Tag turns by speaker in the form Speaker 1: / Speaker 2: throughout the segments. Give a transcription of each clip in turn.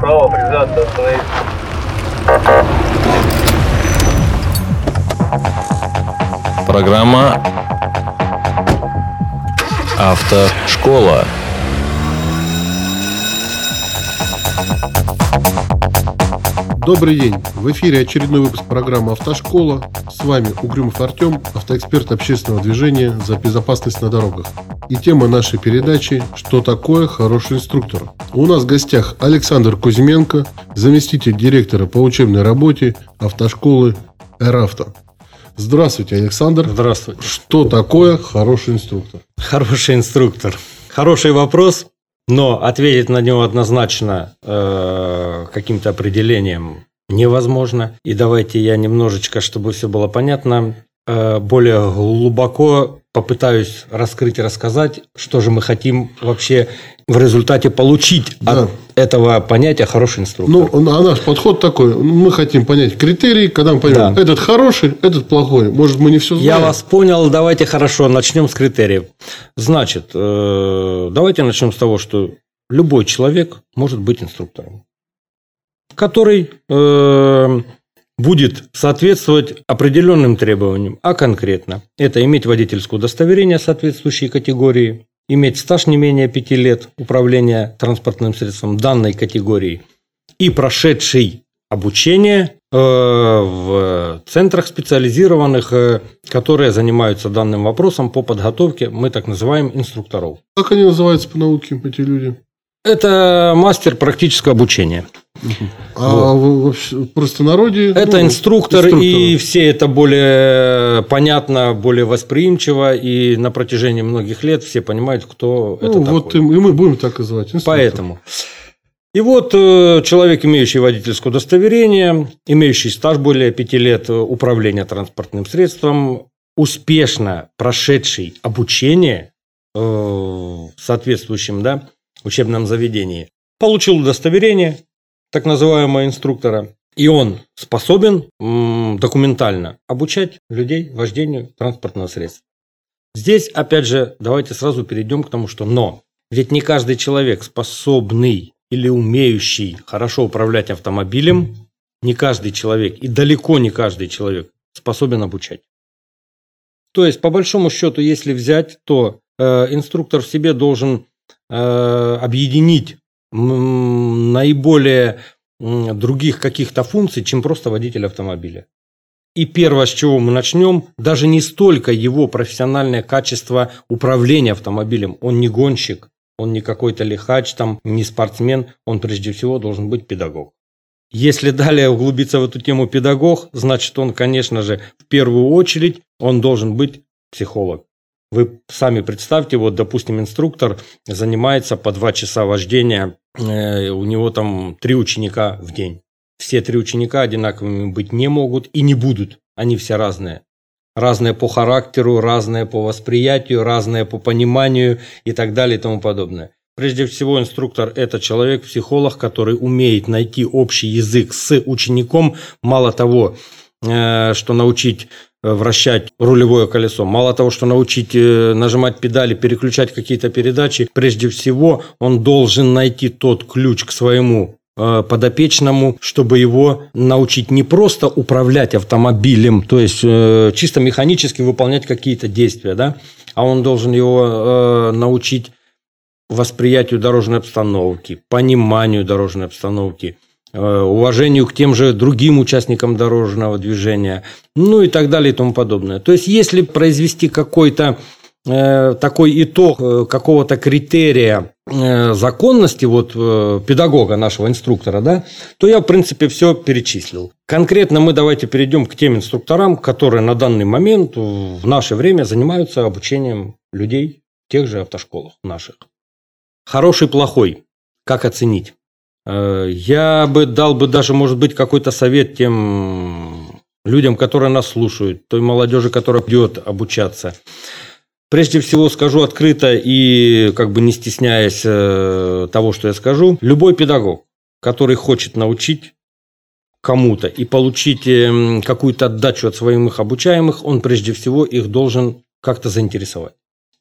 Speaker 1: Право признаться, остановиться.
Speaker 2: Программа «Автошкола».
Speaker 3: Добрый день! В эфире очередной выпуск программы «Автошкола». С вами Угрюмов Артем, автоэксперт общественного движения за безопасность на дорогах. И тема нашей передачи «Что такое хороший инструктор?». У нас в гостях Александр Кузьменко, заместитель директора по учебной работе автошколы «Эравто». Здравствуйте, Александр.
Speaker 4: Здравствуйте.
Speaker 3: Что такое хороший инструктор?
Speaker 4: Хороший инструктор. Хороший вопрос, но ответить на него однозначно э, каким-то определением невозможно. И давайте я немножечко, чтобы все было понятно, э, более глубоко попытаюсь раскрыть и рассказать, что же мы хотим вообще в результате получить
Speaker 3: Да.
Speaker 4: от этого понятия хороший инструктор.
Speaker 3: Ну, а наш подход такой. Мы хотим понять критерии, когда мы поймем,
Speaker 4: Да.
Speaker 3: этот хороший, этот плохой. Может, мы не все знаем.
Speaker 4: Я вас понял, давайте хорошо, начнем с критериев. Значит, э, давайте начнем с того, что любой человек может быть инструктором, который э, будет соответствовать определенным требованиям, а конкретно это иметь водительское удостоверение соответствующей категории, иметь стаж не менее 5 лет управления транспортным средством данной категории и прошедший обучение э, в центрах специализированных, э, которые занимаются данным вопросом по подготовке, мы так называем инструкторов.
Speaker 3: Как они называются по науке, эти люди?
Speaker 4: Это мастер практического обучения.
Speaker 3: А в- вообще в простонародье?
Speaker 4: Это
Speaker 3: ну,
Speaker 4: инструктор, и
Speaker 3: инструктор.
Speaker 4: все это более понятно, более восприимчиво, и на протяжении многих лет все понимают, кто это
Speaker 3: Ну, вот
Speaker 4: такой.
Speaker 3: им- и мы будем так и звать. инструктор.
Speaker 4: Поэтому. И вот э, человек, имеющий водительское удостоверение, имеющий стаж более пяти лет э, управления транспортным средством, успешно прошедший обучение э, в соответствующем да, учебном заведении, получил удостоверение так называемого инструктора, и он способен м, документально обучать людей вождению транспортного средства. Здесь, опять же, давайте сразу перейдем к тому, что но. Ведь не каждый человек способный или умеющий хорошо управлять автомобилем, не каждый человек и далеко не каждый человек способен обучать. То есть, по большому счету, если взять, то э, инструктор в себе должен э, объединить м, наиболее м, других каких-то функций, чем просто водитель автомобиля. И первое, с чего мы начнем, даже не столько его профессиональное качество управления автомобилем. Он не гонщик, он не какой-то лихач, там, не спортсмен, он прежде всего должен быть педагог. Если далее углубиться в эту тему педагог, значит он, конечно же, в первую очередь, он должен быть психолог. Вы сами представьте, вот, допустим, инструктор занимается по два часа вождения, э, у него там три ученика в день все три ученика одинаковыми быть не могут и не будут. Они все разные. Разные по характеру, разные по восприятию, разные по пониманию и так далее и тому подобное. Прежде всего, инструктор – это человек-психолог, который умеет найти общий язык с учеником. Мало того, э, что научить э, вращать рулевое колесо, мало того, что научить э, нажимать педали, переключать какие-то передачи, прежде всего он должен найти тот ключ к своему э, подопечному, чтобы его научить не просто управлять автомобилем, то есть э, чисто механически выполнять какие-то действия, да, а он должен его э, научить восприятию дорожной обстановки, пониманию дорожной обстановки, э, уважению к тем же другим участникам дорожного движения, ну и так далее и тому подобное. То есть, если произвести какой-то э, такой итог э, какого-то критерия э, законности вот э, педагога нашего инструктора, да, то я в принципе все перечислил. Конкретно мы давайте перейдем к тем инструкторам, которые на данный момент в наше время занимаются обучением людей в тех же автошколах наших. Хороший, плохой. Как оценить? Э, Я бы дал бы даже, может быть, какой-то совет тем людям, которые нас слушают, той молодежи, которая идет обучаться. Прежде всего скажу открыто и как бы не стесняясь э, того, что я скажу, любой педагог, который хочет научить кому-то и получить эм, какую-то отдачу от своих обучаемых, он прежде всего их должен как-то заинтересовать.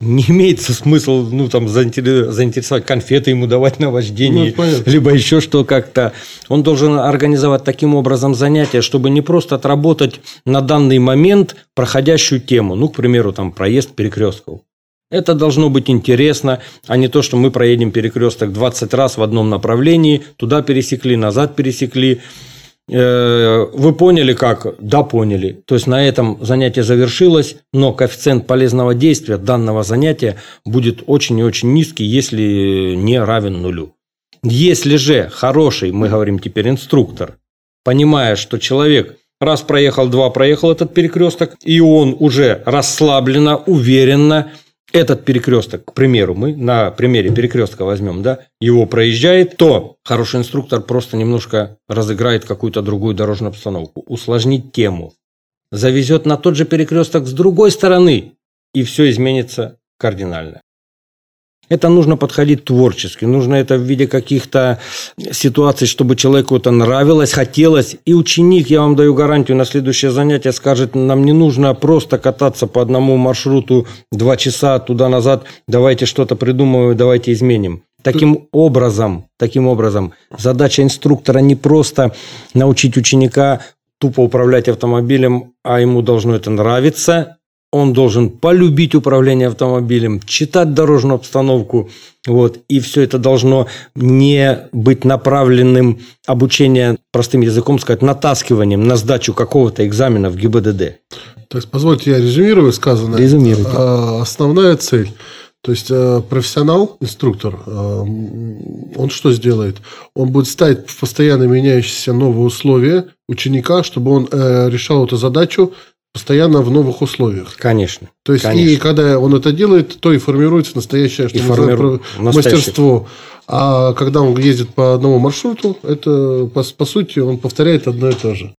Speaker 4: не имеется смысла ну, там, заинтере- заинтересовать конфеты ему давать на
Speaker 3: Ну,
Speaker 4: вождение,
Speaker 3: это понятно.
Speaker 4: либо еще что как-то. Он должен организовать таким образом занятия, чтобы не просто отработать на данный момент проходящую тему. Ну, к примеру, там проезд перекрестков. Это должно быть интересно, а не то, что мы проедем перекресток 20 раз в одном направлении, туда пересекли, назад пересекли. Э, Вы поняли как? Да, поняли. То есть на этом занятие завершилось, но коэффициент полезного действия данного занятия будет очень и очень низкий, если не равен нулю. Если же хороший, мы говорим теперь инструктор, понимая, что человек раз проехал, два проехал этот перекресток, и он уже расслабленно, уверенно этот перекресток, к примеру, мы на примере перекрестка возьмем, да, его проезжает, то хороший инструктор просто немножко разыграет какую-то другую дорожную обстановку, усложнит тему, завезет на тот же перекресток с другой стороны, и все изменится кардинально. Это нужно подходить творчески, нужно это в виде каких-то ситуаций, чтобы человеку это нравилось, хотелось. И ученик, я вам даю гарантию, на следующее занятие скажет, нам не нужно просто кататься по одному маршруту два часа туда-назад, давайте что-то придумываем, давайте изменим. Таким образом, таким образом, задача инструктора не просто научить ученика тупо управлять автомобилем, а ему должно это нравиться, он должен полюбить управление автомобилем, читать дорожную обстановку, вот, и все это должно не быть направленным обучение, простым языком сказать, натаскиванием на сдачу какого-то экзамена в ГИБДД.
Speaker 3: То есть, позвольте, я резюмирую сказанное.
Speaker 4: Резюмируйте.
Speaker 3: А, Основная цель. То есть, э, профессионал, инструктор, э, м, он что сделает? Он будет ставить в постоянно меняющиеся новые условия ученика, чтобы он э, решал эту задачу постоянно в новых условиях.
Speaker 4: Конечно.
Speaker 3: То есть, и
Speaker 4: Конечно.
Speaker 3: когда он это делает, то и формируется настоящее что
Speaker 4: И
Speaker 3: называют,
Speaker 4: формиру-
Speaker 3: про-
Speaker 4: настоящее.
Speaker 3: мастерство. А когда он ездит по одному маршруту, это, по, по сути, он повторяет одно и то же.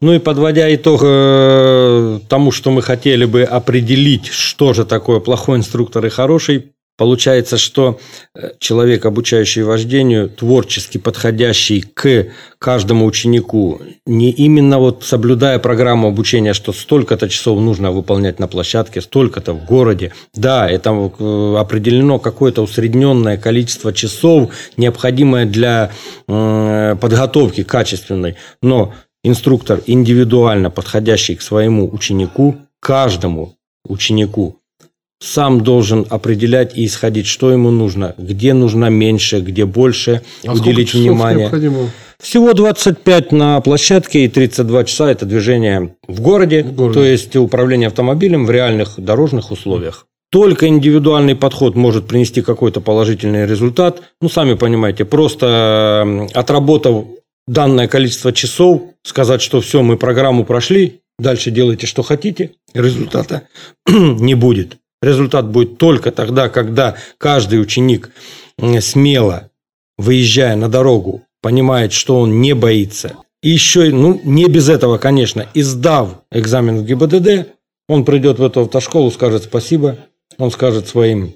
Speaker 4: Ну и подводя итог э, тому, что мы хотели бы определить, что же такое плохой инструктор и хороший, получается, что э, человек, обучающий вождению, творчески подходящий к каждому ученику, не именно вот соблюдая программу обучения, что столько-то часов нужно выполнять на площадке, столько-то в городе. Да, это э, определено какое-то усредненное количество часов, необходимое для э, подготовки качественной, но инструктор индивидуально подходящий к своему ученику, каждому ученику, сам должен определять и исходить, что ему нужно, где нужно меньше, где больше,
Speaker 3: А сколько
Speaker 4: уделить
Speaker 3: часов
Speaker 4: внимание.
Speaker 3: необходимо
Speaker 4: Всего 25 на площадке и 32 часа это движение в городе,
Speaker 3: В городе.
Speaker 4: то есть управление автомобилем в реальных дорожных условиях. Только индивидуальный подход может принести какой-то положительный результат. Ну, сами понимаете, просто м, отработав данное количество часов, сказать, что все, мы программу прошли, дальше делайте, что хотите, результата не будет. Результат будет только тогда, когда каждый ученик м, смело выезжая на дорогу, понимает, что он не боится. И еще, и, ну, не без этого, конечно, издав экзамен в ГИБДД, он придет в эту автошколу, скажет спасибо, он скажет своим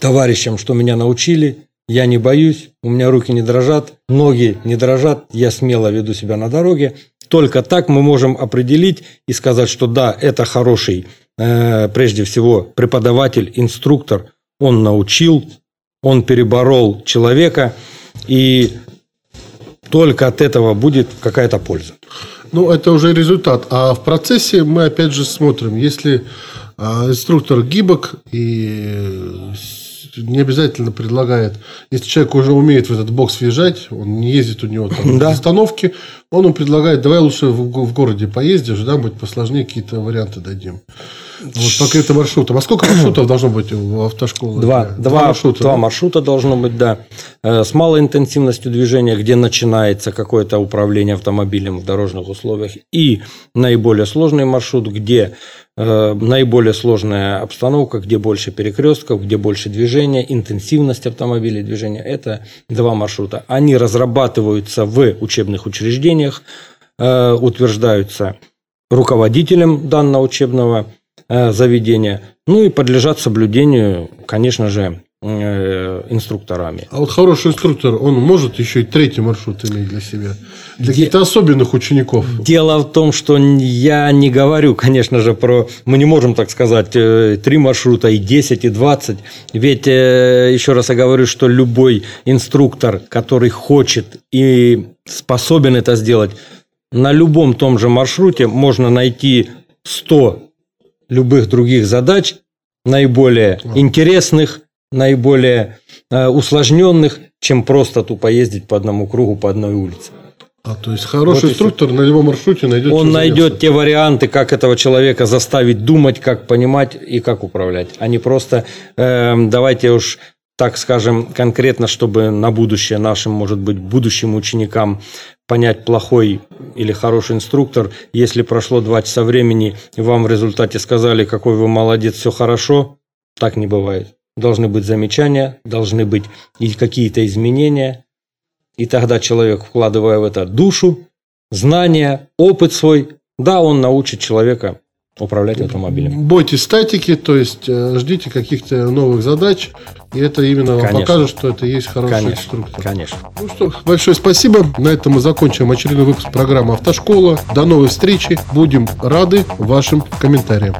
Speaker 4: товарищам, что меня научили, я не боюсь, у меня руки не дрожат, ноги не дрожат, я смело веду себя на дороге. Только так мы можем определить и сказать, что да, это хороший, э, прежде всего, преподаватель, инструктор, он научил, он переборол человека, и только от этого будет какая-то польза.
Speaker 3: Ну, это уже результат. А в процессе мы опять же смотрим, если а, инструктор гибок и с- не обязательно предлагает, если человек уже умеет в этот бокс въезжать, он не ездит у него там
Speaker 4: Да.
Speaker 3: остановки, он ему предлагает, давай лучше в, го- в городе поездишь, да, будет посложнее какие-то варианты дадим. Вот по каким-то маршрутам. А сколько маршрутов должно быть у автошколы?
Speaker 4: Два, два, маршрута, два
Speaker 3: да?
Speaker 4: маршрута должно быть, да. Э, С малой интенсивностью движения, где начинается какое-то управление автомобилем в дорожных условиях, и наиболее сложный маршрут, где э, наиболее сложная обстановка, где больше перекрестков, где больше движения, интенсивность автомобилей движения. Это два маршрута. Они разрабатываются в учебных учреждениях, э, утверждаются руководителем данного учебного э, заведения, ну и подлежат соблюдению, конечно же, э, инструкторами.
Speaker 3: А вот хороший инструктор, он может еще и третий маршрут иметь для себя? Для
Speaker 4: Де-
Speaker 3: каких-то особенных учеников?
Speaker 4: Дело в том, что н- я не говорю, конечно же, про... Мы не можем, так сказать, э, три маршрута, и 10, и 20. Ведь, э, еще раз я говорю, что любой инструктор, который хочет и способен это сделать, на любом том же маршруте можно найти 100 любых других задач, наиболее
Speaker 3: Ага.
Speaker 4: интересных, наиболее э, усложненных, чем просто тупо ездить по одному кругу, по одной улице.
Speaker 3: А то есть хороший
Speaker 4: Вот и всё.
Speaker 3: инструктор на любом маршруте найдет.
Speaker 4: Он
Speaker 3: чем
Speaker 4: найдет
Speaker 3: заняться.
Speaker 4: те варианты, как этого человека заставить думать, как понимать и как управлять, а не просто эм, давайте уж так скажем конкретно, чтобы на будущее нашим, может быть, будущим ученикам понять плохой или хороший инструктор, если прошло два часа времени, и вам в результате сказали, какой вы молодец, все хорошо, так не бывает. Должны быть замечания, должны быть и какие-то изменения, и тогда человек, вкладывая в это душу, знания, опыт свой, да, он научит человека управлять автомобилем.
Speaker 3: Бойтесь статики, то есть э, ждите каких-то новых задач, и это именно вам
Speaker 4: Конечно.
Speaker 3: покажет, что это и есть хороший
Speaker 4: Конечно,
Speaker 3: инструктор.
Speaker 4: конечно.
Speaker 3: Ну что, большое спасибо. На этом мы закончим очередной выпуск программы «Автошкола». До новой встречи. Будем рады вашим комментариям.